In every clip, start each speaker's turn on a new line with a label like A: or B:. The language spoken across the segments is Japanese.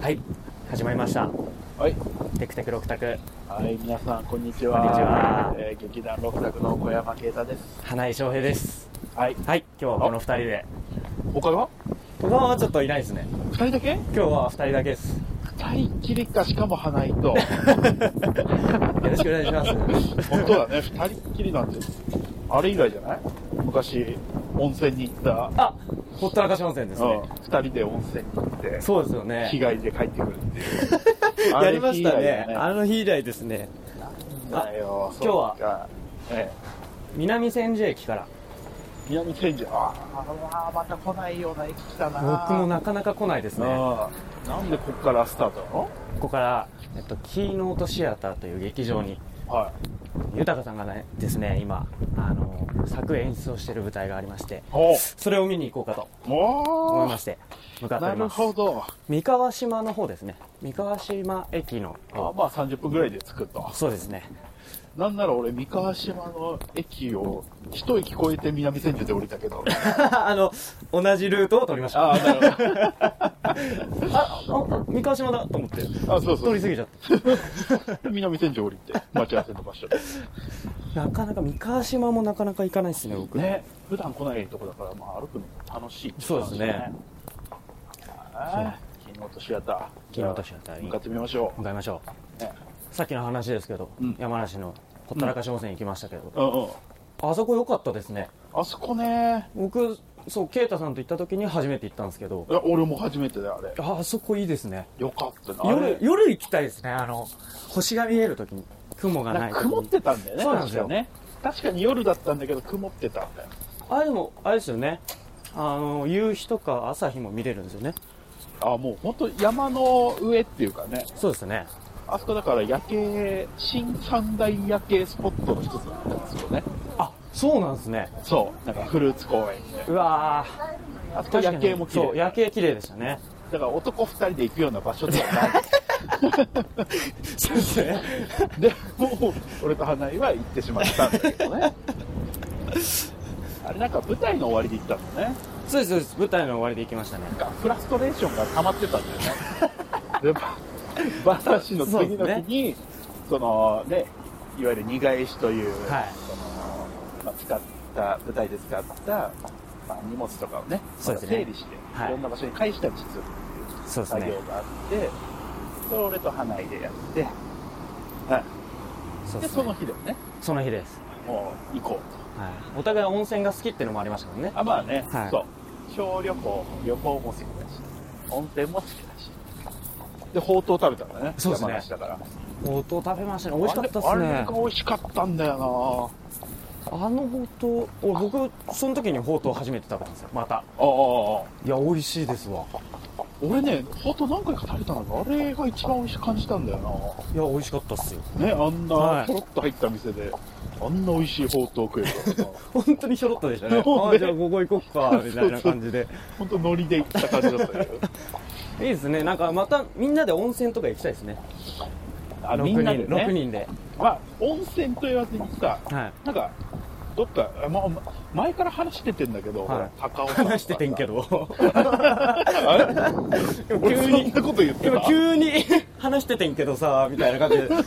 A: はい始まりました
B: はい、
A: テクテク六択
B: はい、皆さんこんにちは。
A: こんにちは
B: えー劇団六卓の小山慶太です。
A: 花井翔平です
B: はい、
A: はい今日はこの二人で
B: 他は
A: 他はちょっといないですね
B: 二人だけ？
A: 今日は二人だけですよ
B: 二人っきりかしかも花 井と。
A: ろしくお願いし ます
B: 本当だね、二人っきりなんです。あれ以来じゃない？昔温泉に行った。
A: あほったらかし温泉です
B: うん
A: ね、
B: 二人で温泉に行って、
A: そうですよ
B: 日
A: ね
B: 帰りで帰ってくるっていう。
A: やりました
B: あれ以
A: ね
B: 来だ
A: あの日以来ですね
B: だよ。
A: 今日は
B: そうか。ええ
A: 南千住駅から
B: 南千住、ああ、また来ないような駅来たな。
A: 僕もなかなか来ないですね
B: うんなんでこっからスタートなの
A: ここから、えっと、キーノートシアターという劇場に
B: は
A: 豊さんがねですね今あの作演出をしている舞台がありまして
B: い。お
A: それを見に行こうかと思
B: お
A: いま
B: ー
A: して向かってお
B: な
A: り
B: る
A: ます
B: ほど。
A: 三河島の方ですね三河島駅の
B: あ
A: 方
B: まあ30分ぐらいで着くと。
A: そうです ね
B: なんなら俺、三河島の駅を一駅越えて南千住で降りたけど。
A: あの、同じルートを取りま した。あ、
B: ああ、なるほ
A: あ、あ三河島だと思って、
B: ど。 あそうそ
A: 通
B: う
A: り過ぎちゃっ
B: 南千住降りて、待ち合わせの場所で。
A: た。なかなか三河島もなかなか行かないですね、僕。
B: ね、普段来ないとこだから、まあ歩くのも楽しい、
A: そうですね。
B: あー昨日とシアター。
A: 昨日とシアターに
B: 向かってみましょ
A: 向かいましょ
B: う。ね、
A: う。さっきの話ですけど、
B: うん
A: 山梨のほったらかし温泉行きましたけど、
B: うんうん。
A: あそこ良かったですね。
B: あそこね、
A: 僕、そう、啓太さんと行った時に初めて行ったんですけど
B: い、や俺も初めてだよ、あれ。
A: ああそこいいですね。
B: よかったな。あれ
A: 夜、夜行きたいですね、あの、星が見える時に。雲が
B: な
A: なんい
B: か
A: 時
B: 曇っ
A: に。
B: てたんだよね。
A: そうなんですよ
B: 確かね。確かに夜だったんだけど、曇ってたんだよ。
A: あ、でも、あれですよね。あの、夕日とか朝日も見れるんですよね。
B: あ、もう本当山の上っていうかね、
A: そうですね。
B: あそこだから夜景、新三大夜景スポットの一つだったんですよね。
A: あ、そうなんですね。
B: そう、なんかフルーツ公園で。
A: うわー。
B: あそこ夜景も綺
A: そう
B: 麗。
A: 夜景綺麗でしたね
B: だから男二人で行くような場所では ない。
A: そうですね
B: で、もう、俺と花井は行ってしまったんだけどね。あれなんか舞台の終わりで行ったんだね。
A: そうですそうです舞台の終わりで行きましたね
B: なんかフラストレーションが溜まってたんだよね。で、ばバタシの次の日に、そのね、いわゆる煮返しという、
A: はい
B: その、まあ、使った、舞台で使った、まあ、荷物とかをね、
A: そうですね
B: また整理して、
A: はい
B: い、ろんな場所に返したりする
A: そうです
B: 作
A: ね
B: 業があって、それを俺と花井でやって、はい
A: そう
B: で、
A: です
B: その
A: ね
B: 日でもね、
A: その日です、
B: もう行こうと。
A: はい、お互い温泉が好きってのもありましたもんね
B: あ、まあね、
A: はい
B: そう。小旅行、旅行も好きだし、温泉も好きだし。で、ほうとう食べたんだね。
A: そうですね
B: 山梨だから。
A: おと食べましたね美味しかった
B: あ
A: です
B: れあ
A: ね
B: れが美味しかったんだよ
A: あのほうとうお僕その時にほうとう初めて食べたんですよまた
B: なああ
A: いや美味しいですわ
B: 俺ねほんと何回か食べたんだけどあれが一番美味しく感じたんだよ
A: いや美味しかったっすよ
B: なねあん
A: は
B: ないとろっと入った店で、あんな美味しいほうとう食えると
A: 本当にひょろっとでしたね あ
B: ほんで
A: ーじゃあここ行こっかみたいな感じで
B: ほんとノリで行った感じ だったけど
A: いいですねなんかまたみんなで温泉とか行きたいですね
B: あ
A: 六
B: みんなで
A: 人六
B: ね
A: 人で
B: まあ温泉と言わずにさ
A: はい
B: なんかどっか、あまあ、前から話しててんだけど、
A: はい
B: 高尾さんとかさ
A: 話しててんけど
B: あれ俺
A: 急
B: そ
A: に
B: んなこと言って
A: でも
B: た
A: 急に話しててんけどさみたいな感じで
B: どこ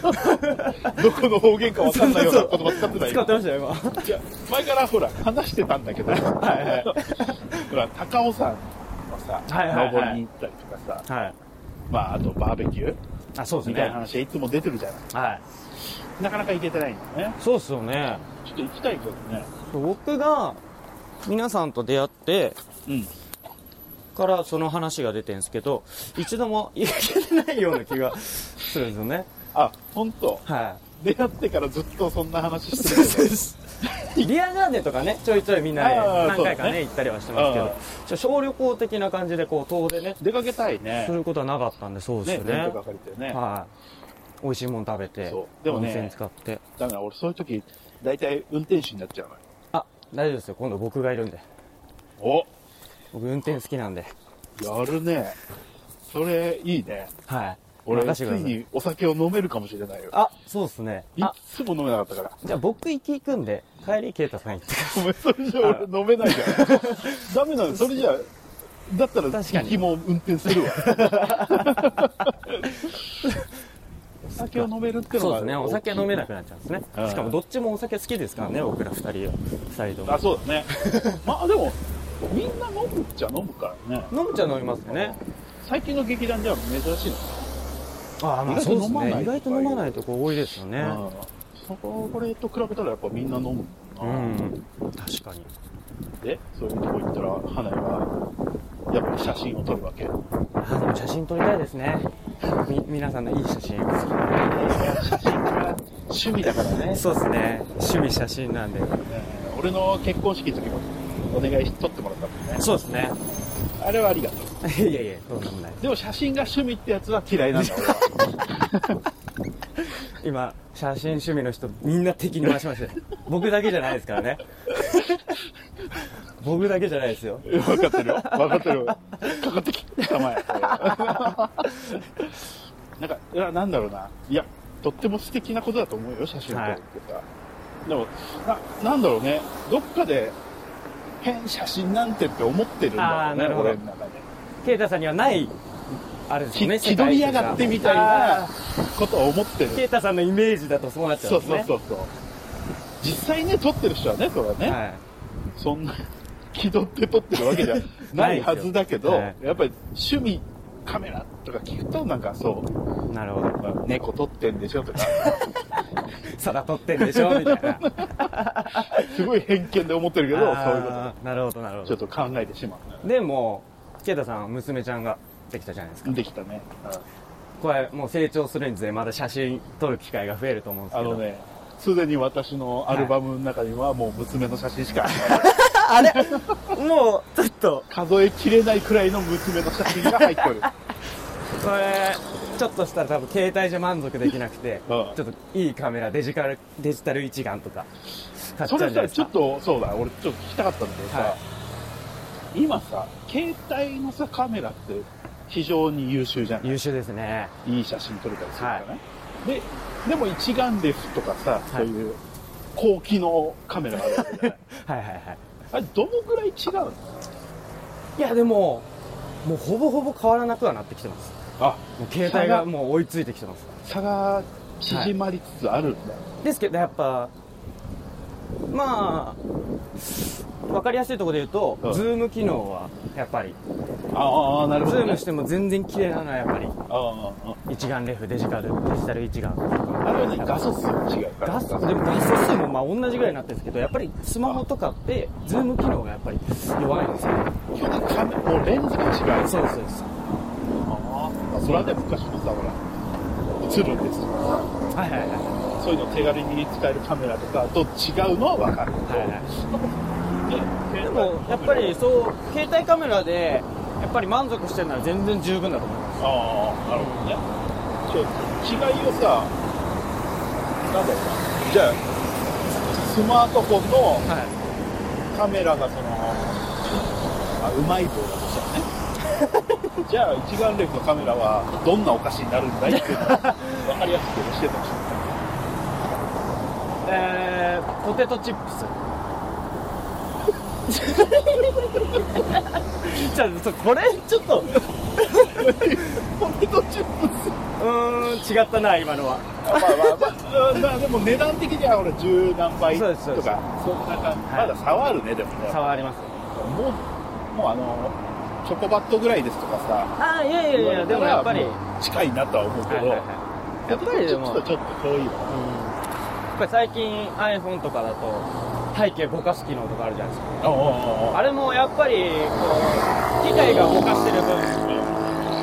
B: の方言かわかんないような言葉使ってた
A: 使ってましたよ今
B: いや前からほら話してたんだけど
A: い
B: ほら高尾山のさ、
A: はいはいはい
B: 登りに行ったりとかさ、
A: はい
B: まあ、あとバーベキュー
A: あそうです
B: みたい
A: ね
B: な話はいつも出てるじゃない
A: はい
B: なかなか行けてないんだよね
A: そうですよね
B: ちょっと行きたいけどね
A: 僕が皆さんと出会って
B: うん
A: からその話が出てんですけど一度も行けてないような気がするんですよね
B: あ本当
A: は
B: 出会ってからずっとそんな話
A: い
B: してるけど
A: リアガーデンとかねちょいちょいみんなで
B: あー
A: 何回か
B: そうだ
A: ね行ったりはしてますけ
B: あ
A: どちょ小旅行的な感じでこう遠出ね
B: 出かけたいね
A: することはなかったんでそうですよ
B: ねレン
A: ね
B: タカー借りてね
A: はい美味しいもん食べて
B: そうでもね
A: 温泉使って
B: だから俺そういう時大体運転手になっちゃうのよ
A: あ大丈夫ですよ今度僕がいるんで僕運転好きなんで
B: おやるねそれいいね
A: はい
B: 俺
A: 任
B: つ
A: せてくだ
B: い
A: さい
B: にお酒を飲めるかもしれないよ
A: あそうっすね
B: い
A: あ
B: つも飲めなかったから
A: じゃあ僕行き行くんで帰り啓太さん行ってください
B: ごめん、それじゃ俺飲めないから。ダメなの、それじゃだったら
A: 確かに
B: 行きも運転するわお酒を飲めるっての
A: そう
B: が
A: ですねお酒飲めなくなっちゃうんですね
B: うん
A: しかもどっちもお酒好きですからね僕ら二人は二人と
B: あ
A: も
B: そうだねまあでもみんな飲むっちゃ飲むからね
A: 飲むっちゃ飲みますよね
B: 最近の劇団では珍しいの
A: あ
B: まあそうですね
A: 意外と飲まないとこ多いですよね
B: うんそここれと比べたらやっぱみんな飲む
A: う
B: な、
A: ん確かに
B: でそういうとこ行ったら花はやっぱり写真を撮る わけ
A: あでも写真撮りたいですねみ皆さんのいい写真
B: 写真が趣味だからね
A: そうですね趣味写真なんで
B: うん俺の結婚式の時もお願いし撮ってもらったもんね
A: そうですね
B: あれはありがとう
A: いやいやそんなもない
B: でも写真が趣味ってやつは嫌いなんだ俺は
A: 今写真趣味の人みんな敵に回しましたよ僕だけじゃないですから ね僕だけじゃないですよ
B: 分かってるよ分かってるよかかってきたまえ なんかいやなんだろうないやとっても素敵なことだと思うよ写真を撮るってさ、でもななんだろうねどっかで変写真なんてって思ってるん
A: あー
B: だ
A: な
B: ろ
A: るほ
B: うね
A: ど
B: 俺の中で
A: 啓太さんにはないあれですよね
B: き気取りやがってみたいなことを思ってる
A: 啓太さんのイメージだとそうなっちゃう
B: そ
A: ん
B: う
A: です
B: そう
A: ね
B: そうそう実際ね撮ってる人はねそれはね、
A: はい
B: そんな気取って撮ってるわけ じゃないはずだけど、
A: ないです
B: やっぱり趣味カメラとか聞くとなんかそう、
A: なるほど
B: まあ猫撮ってんでしょとか
A: 皿取ってんでしょみたいな
B: すごい偏見で思ってるけどそういうこ
A: あーなるほどなるほ
B: とちょ
A: ど
B: っと考えてしまう
A: でも啓太さんは娘ちゃんができたじゃないですか
B: ねできたね、
A: これもう成長するにつれまだ写真撮る機会が増えると思うんです
B: あ
A: けど
B: のねすでに私のアルバムの中にはもう娘の写 真しか、
A: あれ もうちょっと
B: 数えきれないくらいの娘の写真が入ってる
A: これちょっとしたら多分携帯じゃ満足できなくて、
B: うん
A: ちょっといいカメラデジカルデジタル一眼とか買っちゃ
B: そう
A: じゃな
B: れ
A: い
B: さ
A: です
B: ちょ
A: か
B: っとそうだ俺ちょっと聞きたかったんだけどさ、
A: は
B: 今さ携帯のさカメラって非常に優秀じゃない
A: 優秀ですね
B: いい写真撮れたりするからね、ででも一眼レフとかさ、そういう高機能カメラがあるわけ じゃな
A: はい
B: い
A: はいはい
B: あれどのぐらい違うの
A: いやでももうほぼほぼ変わらなくはなってきてます
B: あ
A: もう携帯がもう追いついてきてます
B: 差が縮まりつつあるんだ、
A: ですけどやっぱまあ分かりやすいところで言うと、
B: うん
A: ズーム機能はやっぱり
B: ああなるほ
A: ズ
B: ど、
A: ー
B: ね
A: ムし、ても全然綺麗なのはやっぱり
B: あああ
A: 一眼レフデジカルデジタル一眼
B: ああれはね画素数が違うから
A: 画素でも画素数もまあ同じぐらいになってるんですけどやっぱりスマホとかってズーム機能がやっぱり弱いんですよ
B: 基本的にカメもうレンズが違う
A: そうですそうです
B: ああそれはね昔のさほら映るんですよ
A: はいはいはいは
B: そういうの手軽に使えるカメラとかと違うのは分かる
A: いはい
B: で
A: でもやっぱりそう携帯カメラでやっぱり満足してるなら全然十分だと思います
B: ああなるほどねちょ違いをさなんだろうなじゃあスマートフォンの
A: は
B: カメラがそのあうまい棒だとしたら ねじゃあ一眼レフのカメラはどんなお菓子になるんだいっていうのを分かりやすく教えて ほしい
A: いえー、ポテトチップス じゃあそうこれちょっとう
B: ポテトチップス
A: ーん違ったな今のは
B: まあまあまあうんまあでも値段的には俺十何倍
A: そう
B: とか
A: ですそうです
B: そんな感じ、
A: はい
B: まだ差はあるねでもね
A: 差はあります
B: もうもうあのチョコバットぐらいですとかさ
A: ああいやいやいやでもやっぱり
B: 言われたらもう近いなとは思うけど、
A: やっぱりでも
B: ちょっとちょっと遠いわ
A: やっぱり最近 iPhone とかだと背景ぼかす機能とかあるじゃないですか
B: おうおうおう
A: あれもやっぱりこう機械がぼかしてる分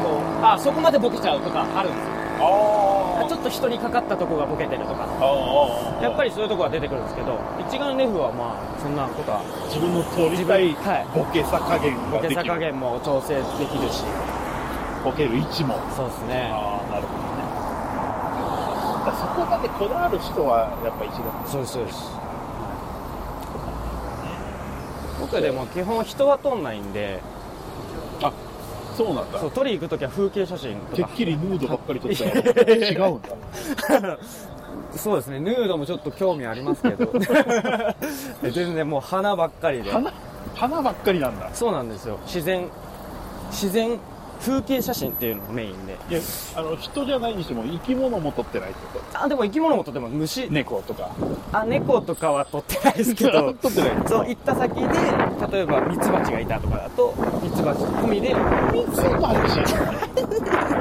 A: こうあそこまでぼけちゃうとかあるんですよ
B: あー
A: ちょっと人にかかったとこがぼけてるとか
B: おうおうおう
A: やっぱりそういうとこが出てくるんですけど一眼レフはまあそんなことは
B: 自分の撮りたい
A: 自分はい
B: ボケさ加減
A: ぼ
B: がで
A: け
B: き
A: さ加
B: る
A: 減も調整できるし
B: ボケる位置も
A: そうですね
B: ああなるほどねだからそこまでこだわる人はやっぱ一番
A: そうですそうです僕はでも基本人は撮んないんで
B: あそうなんだ
A: そう撮り行く時は風景写真
B: て
A: と
B: っ
A: か
B: きりヌードばっかり撮ったら違うんだ
A: そうですね、ヌードもちょっと興味ありますけ ど、全然もう花ばっかりで、
B: 花花ばっかりなんだ
A: そうなんですよ、自然、自然風景写真っていうのがメインで
B: いや、あの、人じゃないにしても生き物も撮ってないってこ
A: あでも生き物もとっても虫
B: と。猫とか。
A: あ猫とかは撮ってないですけ ど
B: 撮ってない。
A: そう行った先で例えばミツバチがいたとかだとミツバチ込みで
B: ミツバチ。
A: 撮った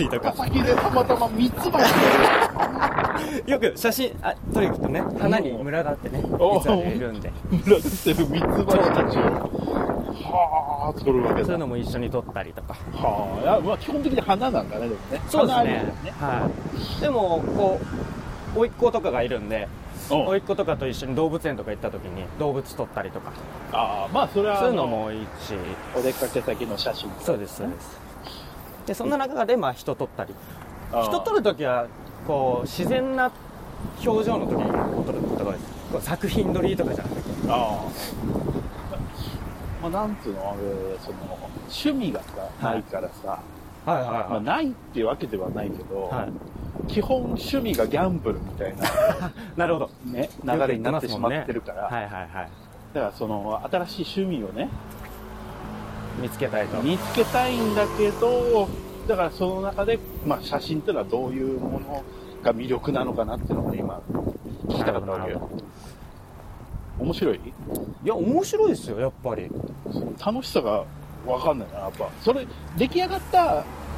A: りとか
B: 先でたまたまミツバチ。
A: よく写真あ撮りに行くとね花に群がってねミツ
B: お
A: バチがいるん で
B: 群がってるミツバチたちを。はあ、撮るわけ
A: そういう
B: だ。
A: のも一緒に撮ったりとか
B: はあ、いやまあ基本的に花なんだね、でもね。
A: そうです
B: 花あ
A: ね
B: りだよね。
A: はいでもこう甥っ子とかがいるんで
B: うん
A: 甥っ子とかと一緒に動物園とか行った時に動物撮ったりとか
B: ああ、まあそれは。
A: そういうの。も多いし
B: お出かけ先の写真。
A: そうですそうですでそんな中でまあ人撮ったり
B: ああ
A: 人撮る時はこう自然な表情の時に撮ることが多いですこう作品撮りとかじゃなくて
B: ああ。まあ、なんつうの、俺、その、趣味がさ、ないからさ、
A: はいはい
B: まあ、ないっていうわけではないけど、
A: はい、
B: 基本趣味がギャンブルみたいな、
A: なるほど
B: ね、流れになってしまってるから、
A: はいはいはい
B: だからその、新しい趣味をね、
A: 見つけたいと
B: 見つけたいんだけど、だからその中で、まあ、写真ってのはどういうものが魅力なのかなっていうのが今、聞きたかったわけ
A: なる
B: よ。面白い
A: いや面白いですよやっぱり
B: 楽しさが分かんないな、やっぱ。それ、出来上がっ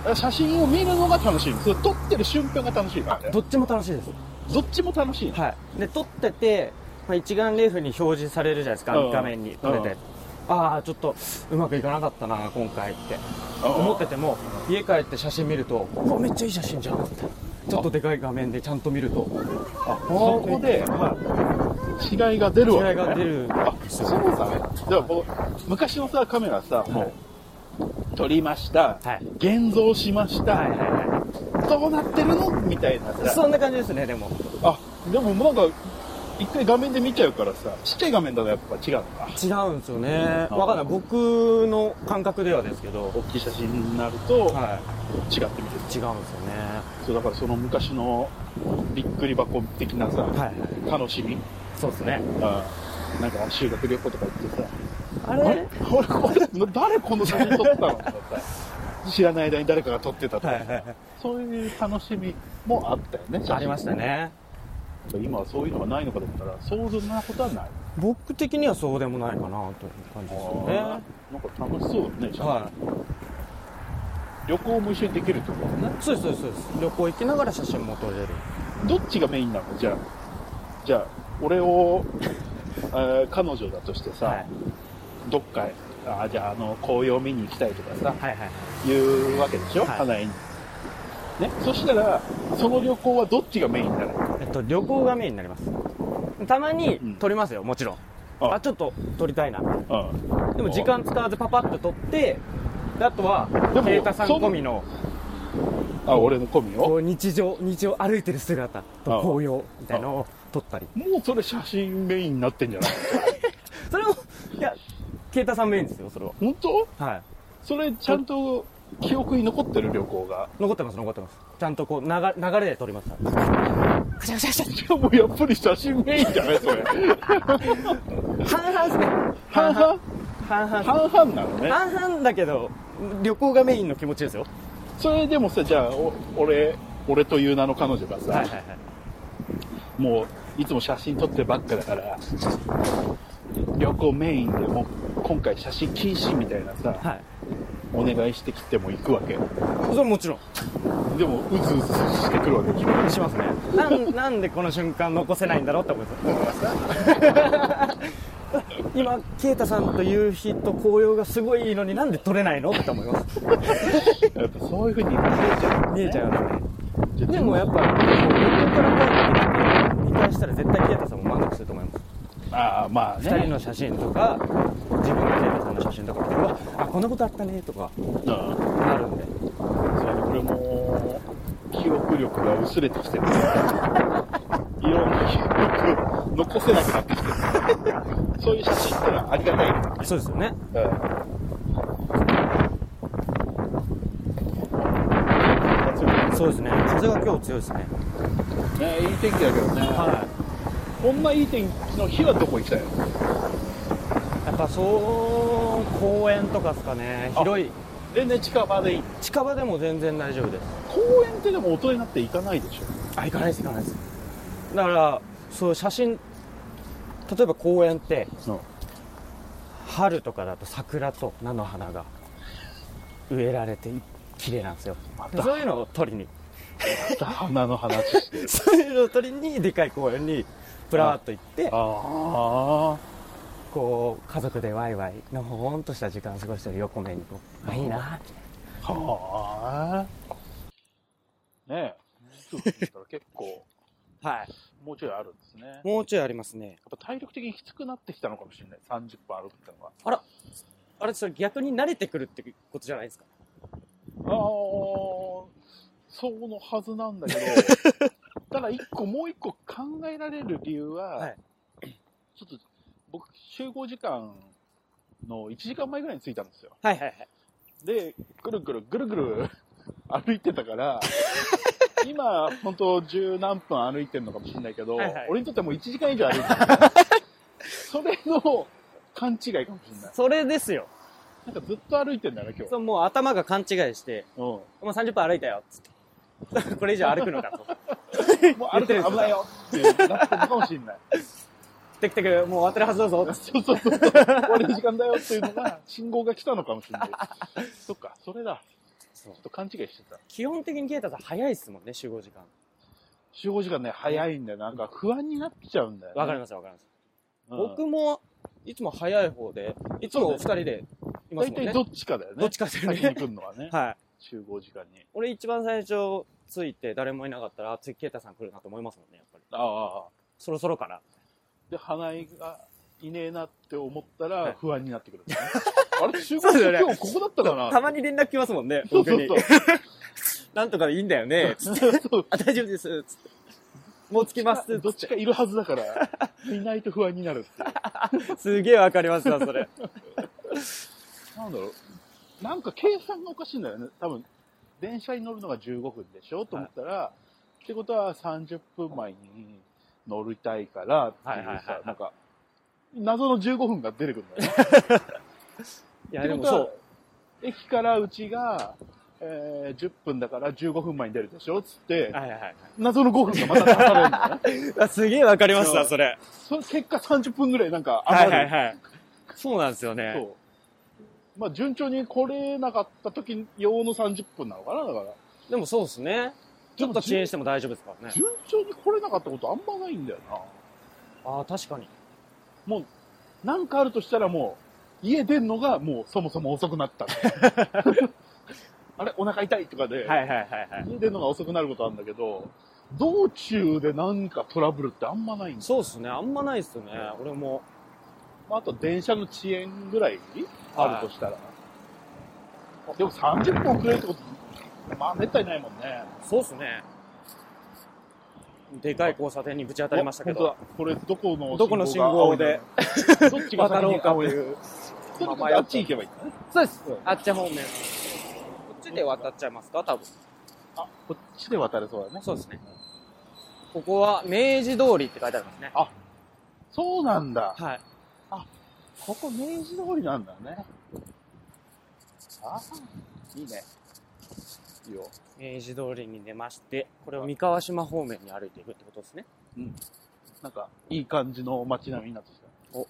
B: た写真を見るのが楽しい。それ撮ってる瞬間が楽しいからね。
A: どっちも楽しいです
B: どっちも楽しいね。
A: はい、で撮ってて、まあ、一眼レフに表示されるじゃないですか、
B: うん
A: 画面に撮れて、
B: うん
A: ああちょっとうまくいかなかったな今回って思ってても家帰って写真見るとうわめっちゃいい写真じゃんってちょっとでかい画面でちゃんと見ると
B: あそこで、まあ、違いが出るわけ、ね、
A: 違いが出る
B: あそうだねでもこう昔のさカメラさ、もう撮りました、
A: はい
B: 現像しました、
A: はいはいは
B: どうなってるのみたいないさ
A: そんな感じですねでも
B: あでもなんか一回画面で見ちゃうからさちっちゃい画面だとやっぱ違うのか
A: 違うんですよねわかんない僕の感覚ではですけど
B: 大きい写真になると
A: は
B: 違って見てる
A: い違うんですよね
B: そうだからその昔のびっくり箱的なさ、
A: はい
B: 楽しみ、
A: そうですね
B: あなんか修学旅行とか行ってさ
A: あ
B: あ
A: れ
B: れこれ、これ、誰この写真撮ったの 知らない間に誰かが撮ってたとか、
A: はいはいはい
B: そういう楽しみもあったよね、
A: ありました。ね
B: 今はそういうのがないのかと思ったら、そうそんなことはない。
A: 僕的にはそうでもないかなという感じですよね
B: なんか楽しそうだね、写真
A: はい
B: 旅行も一緒にできるってことだね。
A: そうですそうですそうです旅行行きながら写真も撮れる
B: どっちがメインなのじゃあ、じゃあ、俺を、えー彼女だとしてさ、
A: はい
B: どっかへ、あじゃあ、あの、紅葉見に行きたいとかさ、
A: はいはいはい
B: いうわけでしょ、
A: はい
B: 花江に。ね、そしたら、その旅行はどっちがメインになる
A: えっと旅行がメインになりますたまに
B: うん
A: 撮りますよもちろん
B: あ
A: あちょっと撮りたいな
B: う
A: でも時間使わずパパッと撮ってであとは
B: でも
A: 啓太さん込みの
B: ん。あ、俺の込み
A: こ
B: を。
A: う日常日常歩いてる姿
B: あ
A: と紅葉みたいのを撮ったり
B: もうそれ写真メインになってんじゃない
A: それもいや啓太さんメインですよそれは
B: 本当
A: はい
B: それちゃんと記憶に残ってる旅行が。
A: 残ってます残ってますちゃんとこう流れ流れで撮りました
B: じゃあもうやっぱり写真メインじゃな いそれ。
A: 半々ですね
B: 半々
A: 半々
B: 半々なのね。
A: 半々だけど旅行がメインの気持ちですよ
B: それでもさ、じゃあ、お俺、俺という名の彼女がさ、
A: はいはいはい
B: もういつも写真撮ってばっかだから、旅行メインでもう今回写真禁止みたいなさ、
A: はい
B: お願いしてきても行くわけよ。
A: それはもちろん
B: でも、うずうずしてくるわけ、君
A: しますねなんなんでこの瞬間残せないんだろうって思います今啓太さんという日と紅葉がすごいいいのになんで撮れないのって思います
B: やっぱそういう風に見えちゃう、
A: 見えちゃい
B: い
A: ますね
B: じゃあ
A: でもやっぱこう旅行から帰ってきて見返したら絶対啓太さんも満足すると思います
B: ああまあね
A: 2人の写真とか自分の啓太さんの写真とか見てうわあこんなことあったねとか
B: うんそ
A: なるんで
B: れこれも記憶力が薄れてきてる いろんな記憶を残せなくなってきてるそういう写真ってのはありがたい、
A: そうですよねそうですね風が今日強いですね
B: ね、いい天気だけどね、
A: は
B: こんないい天気の日はどこ行きたいの
A: いやっかそう公園とかですかね
B: あ
A: 広い
B: 全然近場でいい。
A: 近場でも全然大丈夫です
B: 公園ってでも大人になって行かないでしょ。
A: あ行かないです行かないですだからそう写真例えば公園って春とかだと桜と菜の花が植えられて綺麗なんですよ
B: また
A: そういうのを取りに
B: 花の話 してる
A: そういうのを取りにでかい公園にプラーっと行って
B: あ
A: こう家族でワイワイのほほんとした時間過ごしてる横目にこうあいいな
B: あ。はあ。 ねえ。そうですから結構、
A: はい
B: もうちょいあるんですね。やっ
A: もうちょいありますね
B: ぱ体力的にきつくなってきたのかもしれない。30分歩くってのは。
A: あれそれ逆に慣れてくるってことじゃないですか
B: ああ、そうのはずなんだけど、 ただ一個、もう一個考えられる理由は、
A: はい
B: ちょっと僕、集合時間の1時間前ぐらいに着いたんですよ。
A: はいはいはい
B: で、ぐるぐるぐるぐる歩いて たから、今、本当十何分歩いてるのかもしれないけど、
A: はいはい
B: 俺にとってはもう1時間以上歩 いてる。それの勘違いかもしれない。
A: それですよ
B: なんかずっと歩いてんだよね、今日。
A: そうもう頭が勘違いして
B: うん
A: もう30分歩いたよっつって これ以上歩くのかと
B: もう歩いてる危ないよっていうなってるのかもしれない。
A: テクテクもう終わってるはずだぞっつって
B: そうそうそう。終わりの時間だよっていうの が、信号が来たのかもしれない。そっか、それだ。ちょっと勘違いしてた。
A: 基本的にケイタさん早いっすもんね集合時間
B: 集合時間ね、早いんだよ。なんか不安になっちゃうんだよ、ね。
A: わかりますわかります、
B: うん
A: 僕もいつも早い方でいつも2人でいます
B: 大
A: もんね
B: 体どっちかだよね。
A: どっちかですよね
B: 先に来るのはね。
A: はい
B: 集合時間に。
A: 俺一番最初ついて誰もいなかったらあ次ケイタさん来るなと思いますもんねやっぱり
B: ああ。
A: そろそろかな
B: で、花井がいねえなって思った
A: は
B: ら
A: い
B: 不安になってくるんだ よね。あれ集
A: そ
B: 合
A: う
B: 時
A: だよね
B: 間今日ここだったかな
A: たまに連絡来ますもんね
B: そう
A: 僕
B: そう
A: に
B: そう。
A: なんとかでいいんだよねつって
B: そう
A: あ大丈夫ですつってもう着きます
B: どっちかいるはずだから、いないと不安になるっていう
A: すげえわかりますわそ れ
B: なんだろう、なんか計算がおかしいんだよね。多分、電車に乗るのが15分でしょと思ったら、ってことは30分前に乗りたいからっていうさ、
A: はいはいはいはい
B: なんか、謎の15分が出てくるんだよね。
A: い
B: っ
A: や
B: て
A: で
B: こ
A: も
B: とは
A: そう、
B: 駅からうちが、えー10分だから15分前に出るでしょつっ
A: は
B: て、
A: いはいはい
B: 謎の5分がまた足される んだよね。
A: あすげえわかりますわ
B: そう
A: それ
B: その結果30分ぐらいなんか
A: はい
B: 余る。
A: はいはいそうなんですよね
B: そう。まあ順調に来れなかった時用の30分なのかなだから。
A: でもそうですねちょっと遅延しても大丈夫ですからね
B: 順調に来れなかったことあんまないんだよ
A: ああ確かに
B: な。なんかあるとしたらもう、家出んのがもうそもそも遅く なった。あれお腹痛いとかで、
A: はいはいはいはい
B: 家出んのが遅くなることあるんだけど、道中でなんかトラブルってあんまないんですよ。
A: そうっすねあんまないっすよね俺も
B: まあ、あと電車の遅延ぐらいあるとしたら。でも30分遅れるってこと、まあめったにないもんね。
A: そうっすねでかい交差点にぶち当たりましたけ
B: お
A: ど
B: 本当だこれどこの
A: どこの信号で
B: 青いのどっちが
A: 渡
B: 先
A: ろ
B: に
A: うか
B: 青
A: と
B: い
A: いう
B: どっちかあっち行けばいいんだね。
A: そうですあっち方面こっちで渡っちゃいますか多分
B: あ、こっちで渡れそうだね。
A: そうですねここは明治通りって書いてありますね
B: そうなんだ。
A: はい
B: ここ明治通りなんだね。あいいね。いいよ。
A: 明治通りに出ましてこれを三河島方面に歩いていくってことですね
B: なんか、いい感じの街並みになってきた。
A: お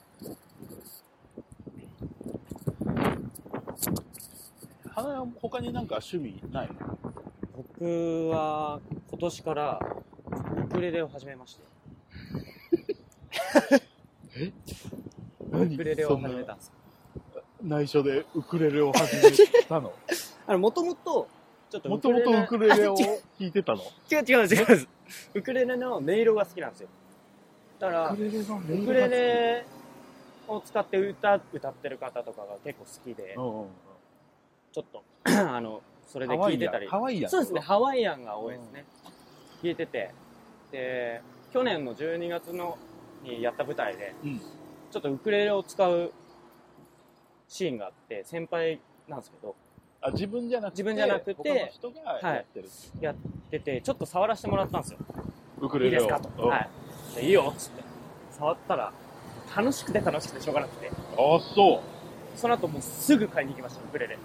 B: 花屋、他になんか趣味ないの
A: 僕は今年からウクレレを始めましてウクレレを始めたんですよ
B: そんな内緒でウクレレを始めた の
A: あのもともとちょっと
B: もともとウクレレを
A: 違
B: 弾いてたの
A: う違う違う違うウクレレの音色が好きなんですよだから
B: レレの音
A: ウク
B: 色が
A: レレを使って歌歌ってる方とかが結構好きで
B: うんうんうん
A: ちょっと あのそれで聞いてたり
B: ハワイやん。
A: そうですね
B: ハ
A: ハワイアンが多いですね聞いててで去年の12月のにやった舞台で、
B: うん
A: ちょっとウクレレを使うシーンがあって先輩なんですけど
B: ワイ。あ、自分じゃなくて。
A: 自分じゃなくて
B: 他の人がやってる。
A: 出てちょっと触らせてもらったんですよ
B: ウク
A: いい
B: レ
A: で
B: レを。
A: すかと、
B: うん
A: はい、でいいよっつって触ったら楽しくて楽しくてしょうがなくて
B: うんあ、そ
A: その後もうすぐ買いに行きました、ウクレレ。
B: う。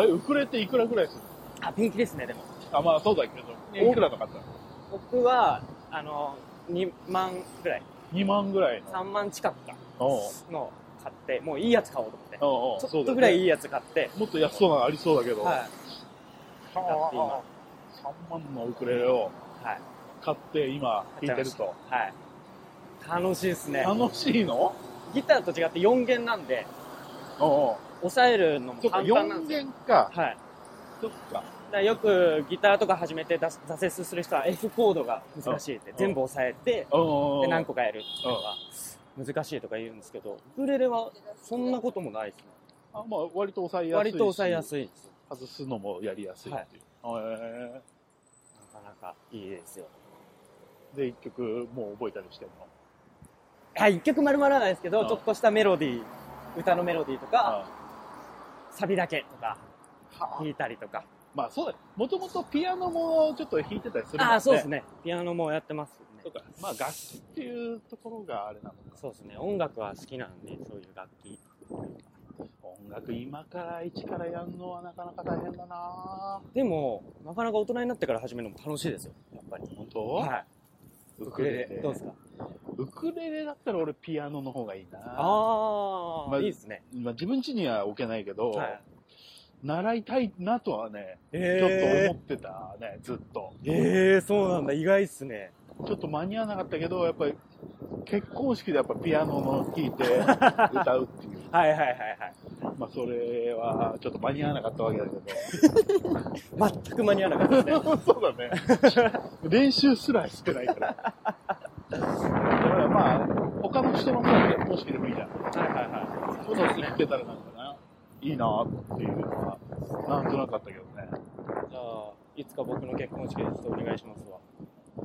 B: え、ウクレっていくらぐらいする
A: あ、ペンキですね、でも。
B: あ、まあそうだけ
A: え
B: ど、いくらなかった
A: 僕は、あの、2万ぐらい、
B: ?2 万ぐらいの。
A: 3万近くか、
B: おう
A: の買って、もういいやつ買おうと思って。
B: おうおう
A: ちょっとぐらいいい
B: や。
A: やつ買って、
B: もっと安そうなのありそうだけど。
A: は
B: はあ、3万のウクレレを
A: い。はい。
B: 買って今弾いてると。
A: はい。楽しいですね。
B: 楽しいの
A: ギターと違って4弦なんで、
B: おうお
A: 押さえるの
B: う
A: も
B: そっか、
A: 簡単なん
B: 4
A: ですよ。
B: 弦か。
A: はい。
B: そっか。
A: だからよくギターとか始めてだ挫折する人は F コードが難しいって
B: うん
A: 全部押さえて、
B: おうおうおう
A: で何個かやるっていうのが難しいとか言うんですけど、ウクレレはそんなこともないですね。
B: あまあ、割と抑えやすい。
A: 割と抑えや
B: い。
A: すいです。
B: 外すのもやりやすいっていう。へ
A: なかなかいいですよ。
B: えで、一曲もう覚えたりしてるの。
A: あ、一曲丸々はないですけ
B: う
A: ど、
B: ん
A: ちょっとしたメロディー、歌のメロディーとか、
B: あ
A: サビだけとか、
B: はあ
A: 弾いたりとか。
B: まあそうだ。もともとピアノもちょっと弾いてたりするもんね。
A: あ、そうですね。ピアノもやってます
B: そ
A: ね
B: う。か。まあ楽器っていうところがあれなのか。
A: そうですね。音楽は好きなんで、そういう楽器。
B: 音楽今から一からやるのはなかなか大変だな
A: でも、なかなか大人になってから始めるのも楽しいですよ。やっぱり。
B: 本当、
A: はい。
B: ウ
A: ウクレレ。どうですか
B: ウクレレだったら俺ピアノの方がいいな
A: ああ、
B: まあ
A: いいですね。
B: まあ自分家には置けないけど、
A: はい。
B: 習いたいなとはね、ちょっと
A: え
B: 思ってたね、ずっと。
A: ー、えー、そうなんだ。意外っすね。
B: ちょっと間に合わなかったけど、やっぱり結婚式でやっぱピアノの聴いて歌うっていう。
A: はいはいはい
B: まあそれはちょっと間に合わなかったわけだけど。
A: はい。全く間に合わなかったですね。
B: そうだね。練習すらしてないから。だからまあ、他の人のさ、結婚式でもいいじゃん。
A: はいはいは
B: そうだね。ってたらなんかな、いいなっていうのは、なんとなかったけどね。
A: い。じゃあ、いつか僕の結婚式でちょっとお願いしますわ。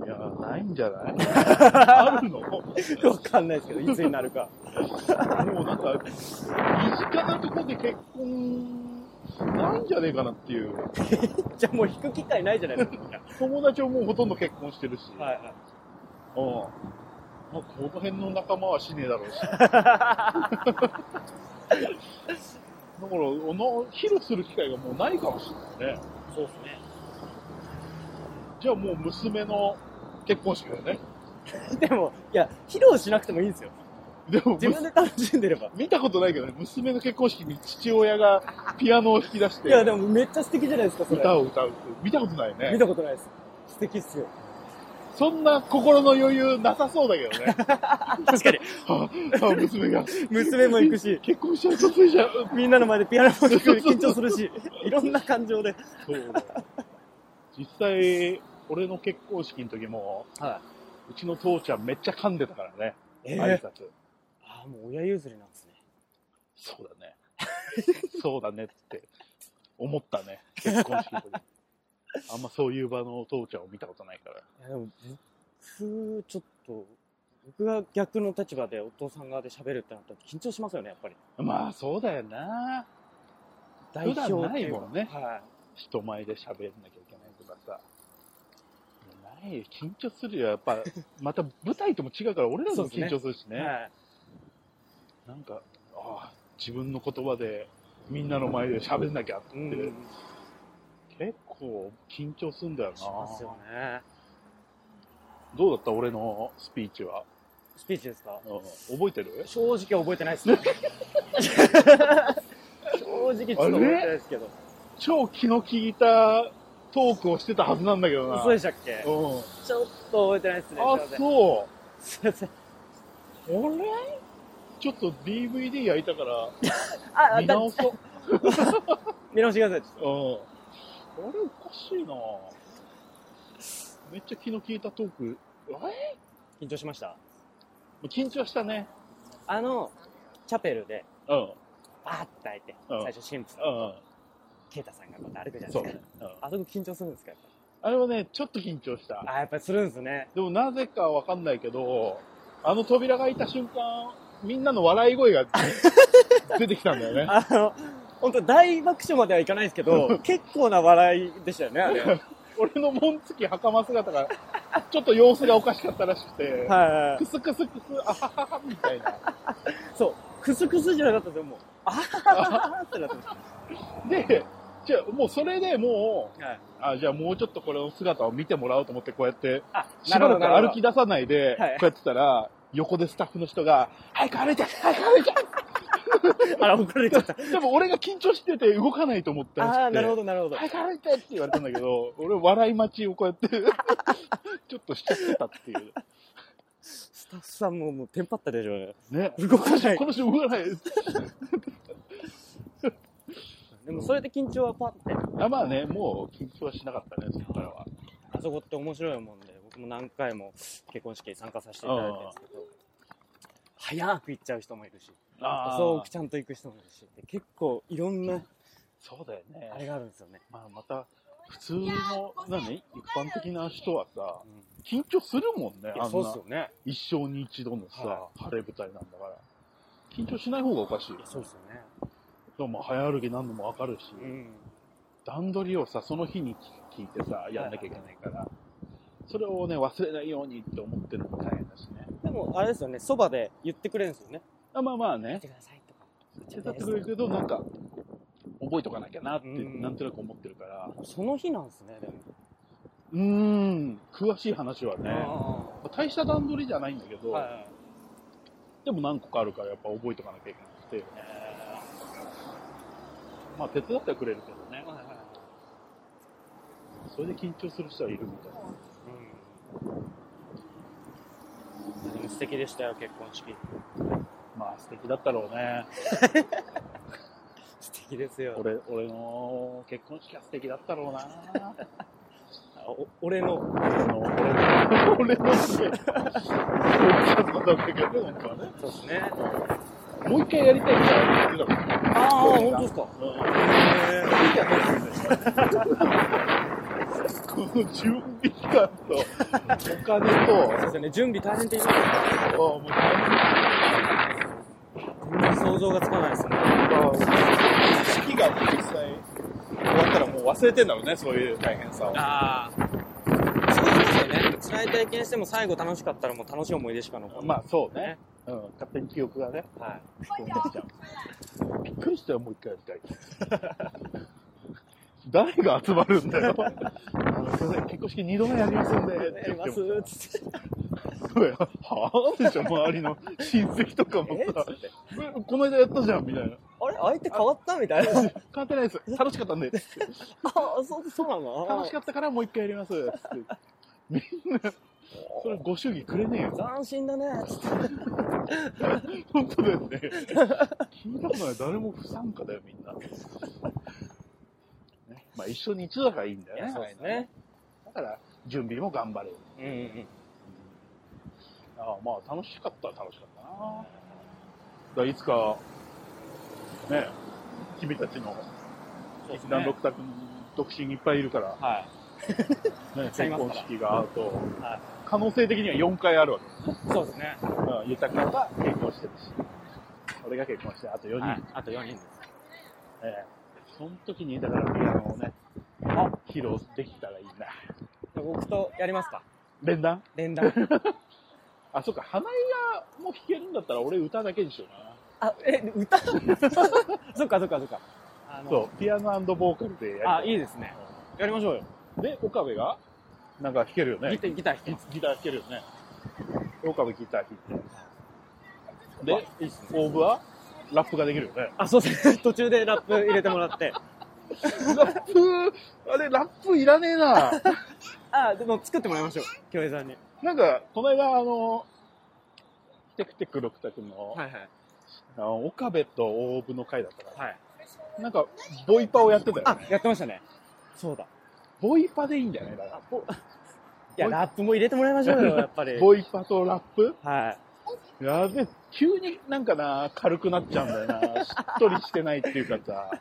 B: いや、ないんじゃないあるのも
A: わかんないですけど、いつになるか。
B: うなんか、身近なとこで結婚、ないんじゃねえかなっていう。
A: じゃあもう弾く機会ないじゃないですか。
B: 友達ももうほとんど結婚してるし。
A: はいはい。
B: うん。まあ、この辺の仲間はしねえだ ろうし。だから、あの、披露する機会がもうないかもしれないね。
A: そうですね。
B: じゃあもう娘の結婚式だよね。
A: でも、いや、披露しなくてもいいんですよ。
B: でも、
A: 自分で楽しんでれば。
B: 見たことないけどね、娘の結婚式に父親がピアノを弾き出して、
A: いや、でもめっちゃ素敵じゃないですか、それ。
B: 歌を歌うって、見たことない
A: 見
B: ね。
A: たことないです。素敵っすよ。
B: そんな心の余裕なさそうだけど ね。
A: 確かに。
B: はあはあ娘が、
A: 娘も行くし、
B: 結婚しちゃうとついじゃん。
A: みんなの前でピアノも弾く緊張するし、いろんな感情で。
B: そうだよ実際、俺の結婚式の時も、
A: は
B: うちの父ちゃんめっちゃ噛んでたからね、
A: い。え
B: 挨
A: ー、
B: 拶。
A: ああ、もう親譲りなんですね。
B: そうだね。そうだねって思ったね、結婚式の時。あんまそういう場の父ちゃんを見たことないから。
A: いや、でも僕、ちょっと、僕が逆の立場でお父さん側で喋るってなったら緊張しますよね、やっぱり。
B: まあそうだよな
A: 代表っていうか
B: 普段ないもんね
A: は
B: 人前で喋んなきゃいけないとかさ。ないよ緊張するよ。やっぱ、また舞台とも違うから、俺らでも緊張するし
A: い。
B: ね。
A: はい。
B: なんか、ああ、自分の言葉で、みんなの前で喋んなきゃって、
A: うんうんうん。
B: 結構緊張するんだよ
A: しますよ
B: な。
A: ね。
B: どうだった俺のスピーチは。
A: スピーチですか
B: うん覚えてる
A: 正直覚えてないですね。正直ちょっと覚えてないですけど。
B: 超気の利いたトークをしてたはずなんだけどな。
A: そうでしたっけ
B: うん。
A: ちょっと覚えてないですね。
B: あ、
A: すいま
B: そう。
A: せんすいません。
B: あれちょっと DVD 焼いたから、
A: あ、あ
B: 見直そう。
A: 見直してください。
B: うん。あれおかしいなめっちゃ気の利いたトーク。え
A: 緊張しました。
B: 緊張したね。
A: あの、チャペルで、
B: うん。
A: バーって開いて、
B: うん
A: 最初、神父さん、
B: う
A: ケイタさんがこうやって歩くじゃな
B: ん。そ。
A: いうです
B: う
A: か。
B: ん
A: あそこ緊張するんですかやっ
B: あれはね、ちょっと緊張した
A: ぱ。あ、やっぱりするんですね。
B: でもなぜかわかんないけど、あの扉が開いた瞬間、みんなの笑い 声が出てきたんだよね。
A: あの、本当大爆笑まではいかないですけど、結構な笑いでしたよね、あれ。
B: 俺の紋付き袴姿が、ちょっと様子がおかしかったらしくて、
A: はいはいはい
B: ク。スクスクス、あははは、みたいな。
A: そう。クスクスじゃなかったですよ、もう。あはは ははってなってまし
B: で、じゃあもうそれでもう、
A: た。はい。
B: あ、じゃあもうちょっとこれの姿を見てもらおうと思って、こうやって、
A: あ、
B: しばらく
A: なる
B: 歩
A: ほど
B: き出さないで、こ
A: はいう
B: やってたら、横でスタッフの人が、早く歩いて、早く歩いて
A: あら、怒られちゃった。
B: でも俺が緊張してて動かないと思ったらしくて。
A: ああ、なるほど、なるほど。
B: 早く歩いてって言われたんだけど、 俺笑い待ちをこうやって、 ちょっとしちゃってたっていう。
A: スタッフさんももうテンパったでしょうね。
B: ね。
A: 動かない
B: この人動かない。
A: でもそれで緊張はパって。
B: あまあね、もう緊張はしなかったね、そこからは。
A: あそこって面白いもんで、僕も何回も結婚式に参加させていただいてるんですけど、早く行っちゃう人もいるし、遅くちゃんと行く人もいるし、で結構いろんな
B: そうだよね。
A: あれがあるんですよね。
B: まあまた、普通の、何一般的な人はさ、
A: うん
B: 緊張するもんね、
A: い
B: あ
A: や、
B: ん
A: そうっ
B: な
A: すよね。
B: 一生に一度のさ
A: は、
B: 晴れ舞台なんだから。緊張しない方がおかしいよ
A: いや、。そうっすよね。
B: でも早歩きなんのもわかるし、
A: うん。
B: 段取りをさ、その日に聞いてさ、やんなきゃいけないから、それをね、忘れないようにって思ってるのも大変だしね。
A: でも、あれですよね、そばで言ってくれるんですよね。
B: あまあまあ
A: やっ
B: ね
A: て、くださいとか。
B: 手伝ってくれるけど、なんか、覚えとかなきゃなって、
A: うん
B: なんとなく思ってるから、
A: その日なんですね、でも。
B: うーん、詳しい話はね、
A: あ
B: まあ大した段取りじゃないんだけ
A: あ
B: ど、
A: はいはい。
B: でも何個かあるからやっぱ覚えとかなきゃいけなくて、まあ手伝ってはくれるけどね、
A: はいはいはい
B: それで緊張する人はいるみたいな。
A: うん。でも素敵でしたよ、結婚式。
B: まあ素敵だったろうね。
A: 素敵ですよ。
B: 俺、俺の結婚式は素敵だったろうな。
A: あお俺の。
B: あの、俺の、俺のすげえ、そうだけど、なんかね、
A: そうですね。
B: もう一回やりたいから言ってたもん。
A: ああ、本当ですか。
B: うんこの準備期間と、お金と、
A: そうですよね、準備大変って言いますよ
B: ああもう大
A: 全然想像がつかないですね。
B: 変式が実際終わったらもう忘れてんだろうね、そういう大変さを。
A: ああ。そうですよね。辛い体験しても最後楽しかったらもう楽しい思い出しか残らない。
B: まあそうね。うん、勝手に記憶がね、
A: あ。はい。
B: 飛んできちゃう。びっくりしたよ、もう一回やりたい。 誰が集まるんだよ。あのすいません、結婚式二度目やりますんで、って
A: や
B: 言
A: り
B: っ
A: ます
B: ても
A: つって。
B: そうや、はぁでしょ、周りの 親戚とかも
A: え
B: さ
A: つって。
B: えこの間やったじゃん、みたいな。
A: あれ相手変わったみたいな。 あ
B: 変わってないです。楽しかったんで。
A: あ、そう、そうなの
B: 楽しかったからもう一回やります。つってみんな、それご祝儀くれねえよ。
A: 斬新だね。つって。
B: 本当だよ ね。聞いたことない。誰も不参加だよ、みんな。ね、まあ一緒に一度だからいいんだよね。
A: そうですね。
B: だから、準備も頑張れる。
A: うんうんうん。
B: ああまあ、楽しかったら楽しかったな。だからいつか、ね、君たちの
A: そうです
B: 劇団
A: ね
B: 六。択、独身いっぱいいるから、
A: はい。 い
B: ね、結
A: ますから
B: 婚式があると
A: はい、
B: 可能性的には4回あるわけ。
A: そうですね。
B: うん、豊かが結婚してるし、俺が結婚して、あと4人。
A: はい。あと4人です。
B: ええその時に、だからピアノをね、
A: あ
B: 披露できたらいいな。
A: 僕とやりますか
B: 連弾
A: 連弾。
B: あ、そっか、花井がもう弾けるんだったら俺歌だけにしよう か
A: あ、え、 歌そっかそっかそっか。あ
B: な。そう、ピアノボーカルでやり
A: あ、
B: たい
A: いいですね。やりましょうよ。
B: で、岡部が、なんか弾けるよ
A: ギ
B: ね。
A: ター、ギター弾き
B: ギ
A: ます。
B: ギター弾けるよね。岡部ギター弾いて。
A: うわ
B: で、オーブはラップができるよね。
A: あ、そうですね。途中でラップ入れてもらって。
B: ラップ、あれ、ラップいらねえな。
A: あ、でも作ってもらいましょう。京平さんに。
B: なんか、この間、あの、テクテク六択の、
A: いはい。
B: あの岡部と大部の会だったから、
A: はい。
B: なんか、ボイパをやってたよ
A: あ
B: ね。、
A: やってましたね。そうだ。
B: ボイパでいいんだよね、だか
A: あ、ぼ、いや、ラップも入れてもらいましょう よ、やっぱり。
B: ら。
A: はい。
B: ボイパとラップやべえ、急になんかな、軽くなっちゃうんだよな。しっとりしてないっていうかさ、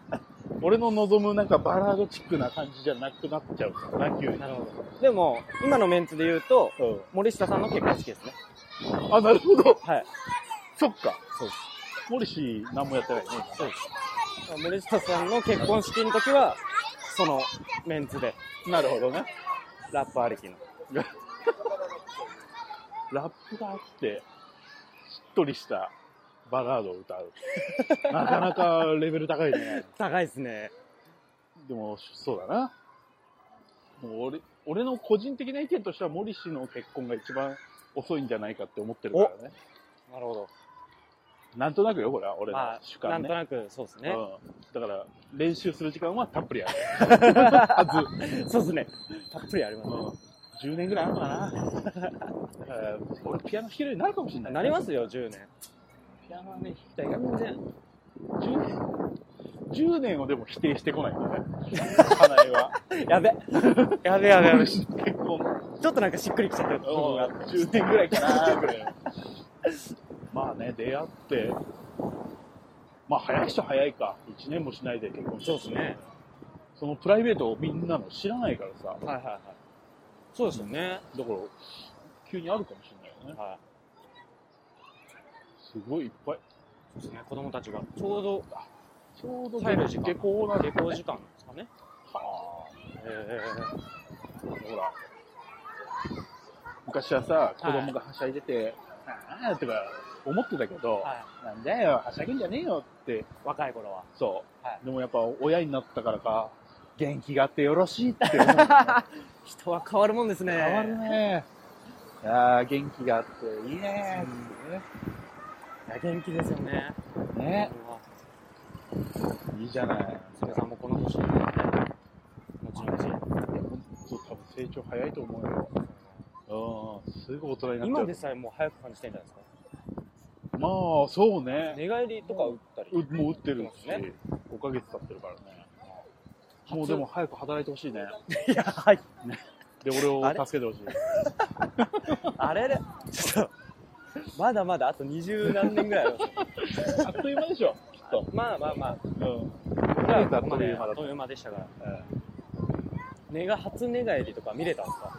B: 俺の望むなんかバラードチックな感じじゃなくなっちゃうからな、急に。
A: なるほど。でも、今のメンツで言うと、
B: うん
A: 森下さんの結婚式ですね。
B: あ、なるほど。
A: はい。
B: そっか。
A: そうです。
B: モリシー何もやってないね。
A: そうです。森下さんの結婚式の時は、そのメンツで。
B: 今なるほどね。
A: ラップありきの。
B: ラップがあって、しっとりしたバラードを歌 う。なかなかレベル高いね。
A: 高いですね。
B: でも、そうだな。もう俺、俺の個人的な意見としては、森氏の結婚が一番遅いんじゃないかって思ってるからね。
A: なるほど。
B: なんとなくよ、これは、俺の
A: ま
B: 主
A: あ、な
B: 観
A: ん
B: ね。
A: となく、そうですね。
B: うん、だから、練習する時間はたっぷ りある。はず。
A: そうですね。たっぷりありますね。
B: うん、10年ぐらいあるのか な。だから俺、ピアノ弾けるようになるかもしれない、
A: なり ますよ、10年。
B: ピアノはね、弾きたいから。10年 ?10 年をでも否定してこないんだ ね。花江 は。
A: やべ。やべやべやべ。ち
B: 結婚。
A: ょっとなんかしっくりきちゃってる部分があって。
B: 10年ぐらいかなぐらい。まあね、出会って、まあ早い人は早いか。1年もしないで結婚して
A: そうですね。
B: そのプライベートをみんなの知らないからさ。
A: はいはいはい。そうですよね。
B: だから、急にあるかもしれないよね。
A: は
B: すごいいっぱい。
A: い。そうですね。子供たちがちょうど
B: ちょうど
A: 帰る時間
B: 下校なん
A: 下
B: だね
A: 校時間なんですかね。
B: は
A: ええ
B: あほら。昔はさ、子供がはしゃいでて、ああ、とか思ってたけど、
A: は
B: なんだよ、はしゃぐんじゃねえよって、
A: い。若い頃は。
B: そう。
A: はい
B: でもやっぱ親になったからか、元気があってよろしいって思 う、ね。
A: 人は変わるもんですね。
B: 変わるね。いやー元気があっていいね
A: いや、元気ですよね。
B: ーね。いいじゃない。
A: 娘さんもこの年に後々。
B: そう、多分成長早いと思うよ。うん、すぐ大人になったよ
A: 今でさえもう早く感じてんじゃないですか。
B: まあ、そうね。
A: 寝返りとか打ったり。
B: うもう打ってるし、
A: ね
B: 5ヶ月経ってるからね。もうでも早く働いてほしいね。
A: いや、はい。
B: で、俺
A: あれ
B: を助けてほしい。
A: あれれちょっと、まだまだあと二十何年ぐらいあ る。
B: あっという間でしょ、きっと。
A: まあまあまあ、
B: うん。
A: 僕
B: 5ヶ
A: ら
B: 月
A: は
B: あっ
A: ことこま
B: い
A: で
B: う間
A: あ
B: だ
A: っ
B: った
A: と。いう間でしたから。
B: うん
A: 寝が初寝返りとか見れたんですか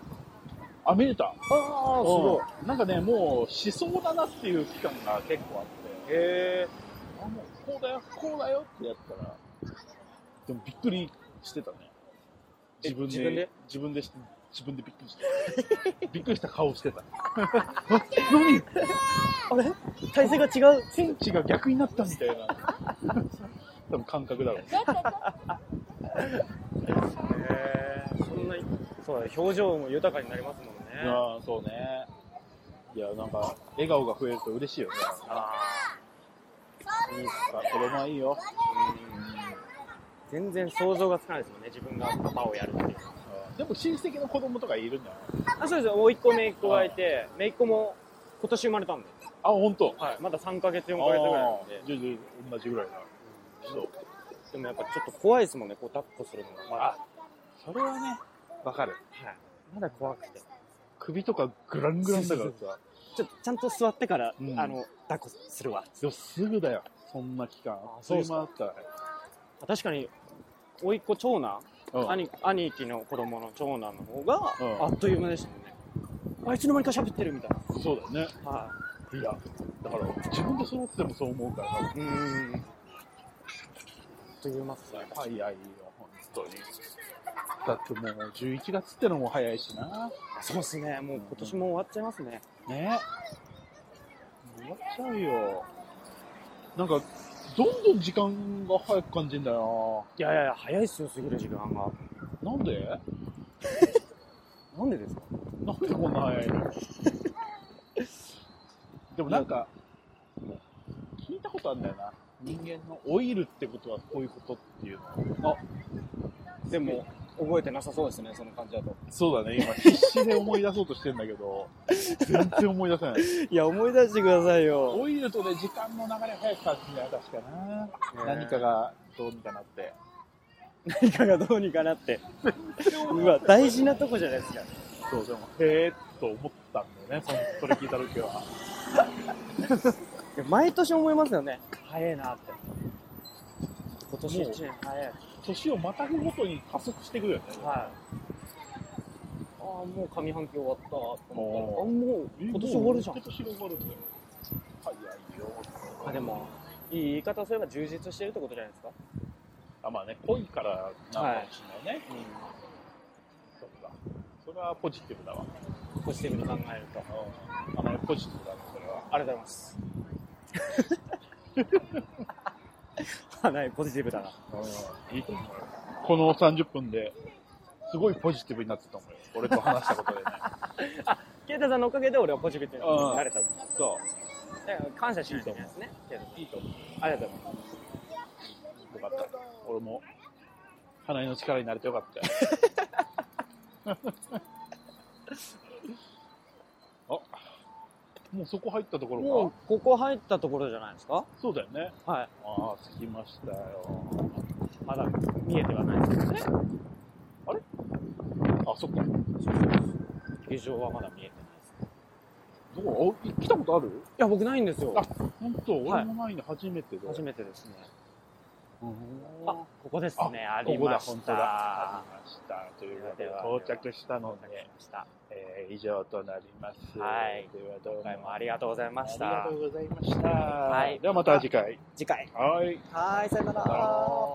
B: あ、見れた。
A: ああ、
B: い。なんかね、もう、しそうだなっていう期間が結構あって、
A: い。へえ。
B: あ、もう、こうだよ、こうだよってやったら、でもびっくりしてたね。
A: え
B: 自分で、
A: 自分で
B: 自分でして自分でびっくりして。 びっくりした顔してた。あ何
A: あれ体勢が違う。
B: 天地が逆になったみたいな。 多分感覚だろうね。
A: へえ。そんな、そうだね、表情も豊かになりますもんね。
B: ああ、そうね。いや、なんか、笑顔が増えると嬉しいよね。あ
A: いいっす
B: あ、子供はいいよ。
A: 全然想像がつかないですもんね、自分がパパをやるっていう。
B: でも親戚の子供とかいるんだよ。
A: あ、そうですよ、甥っ子、姪っ子がいて、姪っ子も今年生まれたんで、
B: あ、ほんと。
A: はい、まだ3ヶ月、4
B: あ
A: ヶ月ぐらいなんで
B: ー、じゃあじゃあ同じぐらいだ。そう。
A: でもやっぱちょっと怖いですもんね、こう抱っこするのが。まだ、は
B: あ、それはね、わかる。
A: い、まだ怖くて。
B: 首とかグラングランだからさ。
A: ちょっとちゃんと座ってから、
B: うん
A: あの、抱っこするわ。
B: でもすぐだよ、そんな期間。
A: あそうっすか
B: あっという間だっ
A: 確かに、甥っ子、長男、
B: たら。
A: 兄、兄貴の子供の長男の方が、
B: うん
A: あっという間でしたもんね。あいつの間にか喋ってるみたい
B: うん、そうだよね。
A: な。はい
B: や、だから、自分で育っててもそう思うから、
A: い。うん。あっという間っすね。
B: 早いよ、本当に。だってもう11月ってのも早いしな。
A: そうですね、もう今年も終わっちゃいますね。
B: ね。終わっちゃうよ。なんか、どんどん時間が早く感じんだよ
A: いやいやいや、早いっすよ、過ぎる時間が。
B: な。なんで
A: なんでですか
B: なんでこんな早いのでもなんか、聞いたことあるんだよな。人間の老いるってことはこういうことっていうの。あ、
A: でも、覚えてなさそうですね、その感じだと。
B: そうだね。今必死で思い出そうとしてんだけど、全然思い出せない。
A: いや、思い出してくださいよ。
B: オイルとで時間の流れ早く感じるんだよ、確かな。何かがどうにかなって。
A: 何かがどうにかなって。うわ、大事なとこじゃないですか。
B: そう、でも、へえと思ったんだよね、そのそれ聞いた時は。
A: いや毎年思いますよね。早いなって。今年
B: もう
A: 1年早い。
B: 年をまたぐごとに加速してくるよね。
A: はい。ああ、もう上半期終わったと
B: おー
A: 思ったら、あ、もう今年終わるじゃん
B: 今。年が終わるんだよ。早いよ。
A: あ、でも、いい言い方すれば充実してるってことじゃないですか。
B: あ、まあね、恋からなのかもしれないね。
A: う
B: そうか。それれはポジティブだわ。
A: ポジティブに考えると。
B: うんあまりポジティブだね、それは。
A: ありがとうございます。 花江ポジティブだな。
B: いいと思うよ。この30分で、すごいポジティブになってたと思うよ。俺と話したことでね。
A: ケイタさんのおかげで俺はポジティブになれた。だか
B: そ
A: ら感謝しないといけないですね。ケイタさん
B: う。いいと思
A: ありがとうございます。
B: う。よかった。俺も、花井の力になれてよかったよ。 あ、もうそこ入ったところ
A: も
B: か。
A: う、ここ入ったところじゃないですか
B: そうだよね。
A: はい。
B: ああ、着きましたよ。
A: まだ見えてはないですけどね。
B: あ、そっか。
A: 劇場はまだ見えてないです。
B: どこあい来たことある
A: いや、僕ないんですよ。
B: あ本当、俺もないの初めてだ。
A: 初めてですね。
B: うん
A: あ、ここですね。あ
B: こ
A: り
B: こだ、
A: まし
B: 本当
A: た。
B: だ。あ
A: あ
B: りました。ということで
A: では、
B: 到着したの
A: り
B: で、
A: ました。
B: えー以上となります。
A: はい
B: ではどうも
A: 今回もありがとうございまし
B: あ
A: た
B: りが。とうございました。
A: はい
B: ではまた次回。
A: 次回。
B: はい。
A: はい、さよな
B: さよなら
A: ら。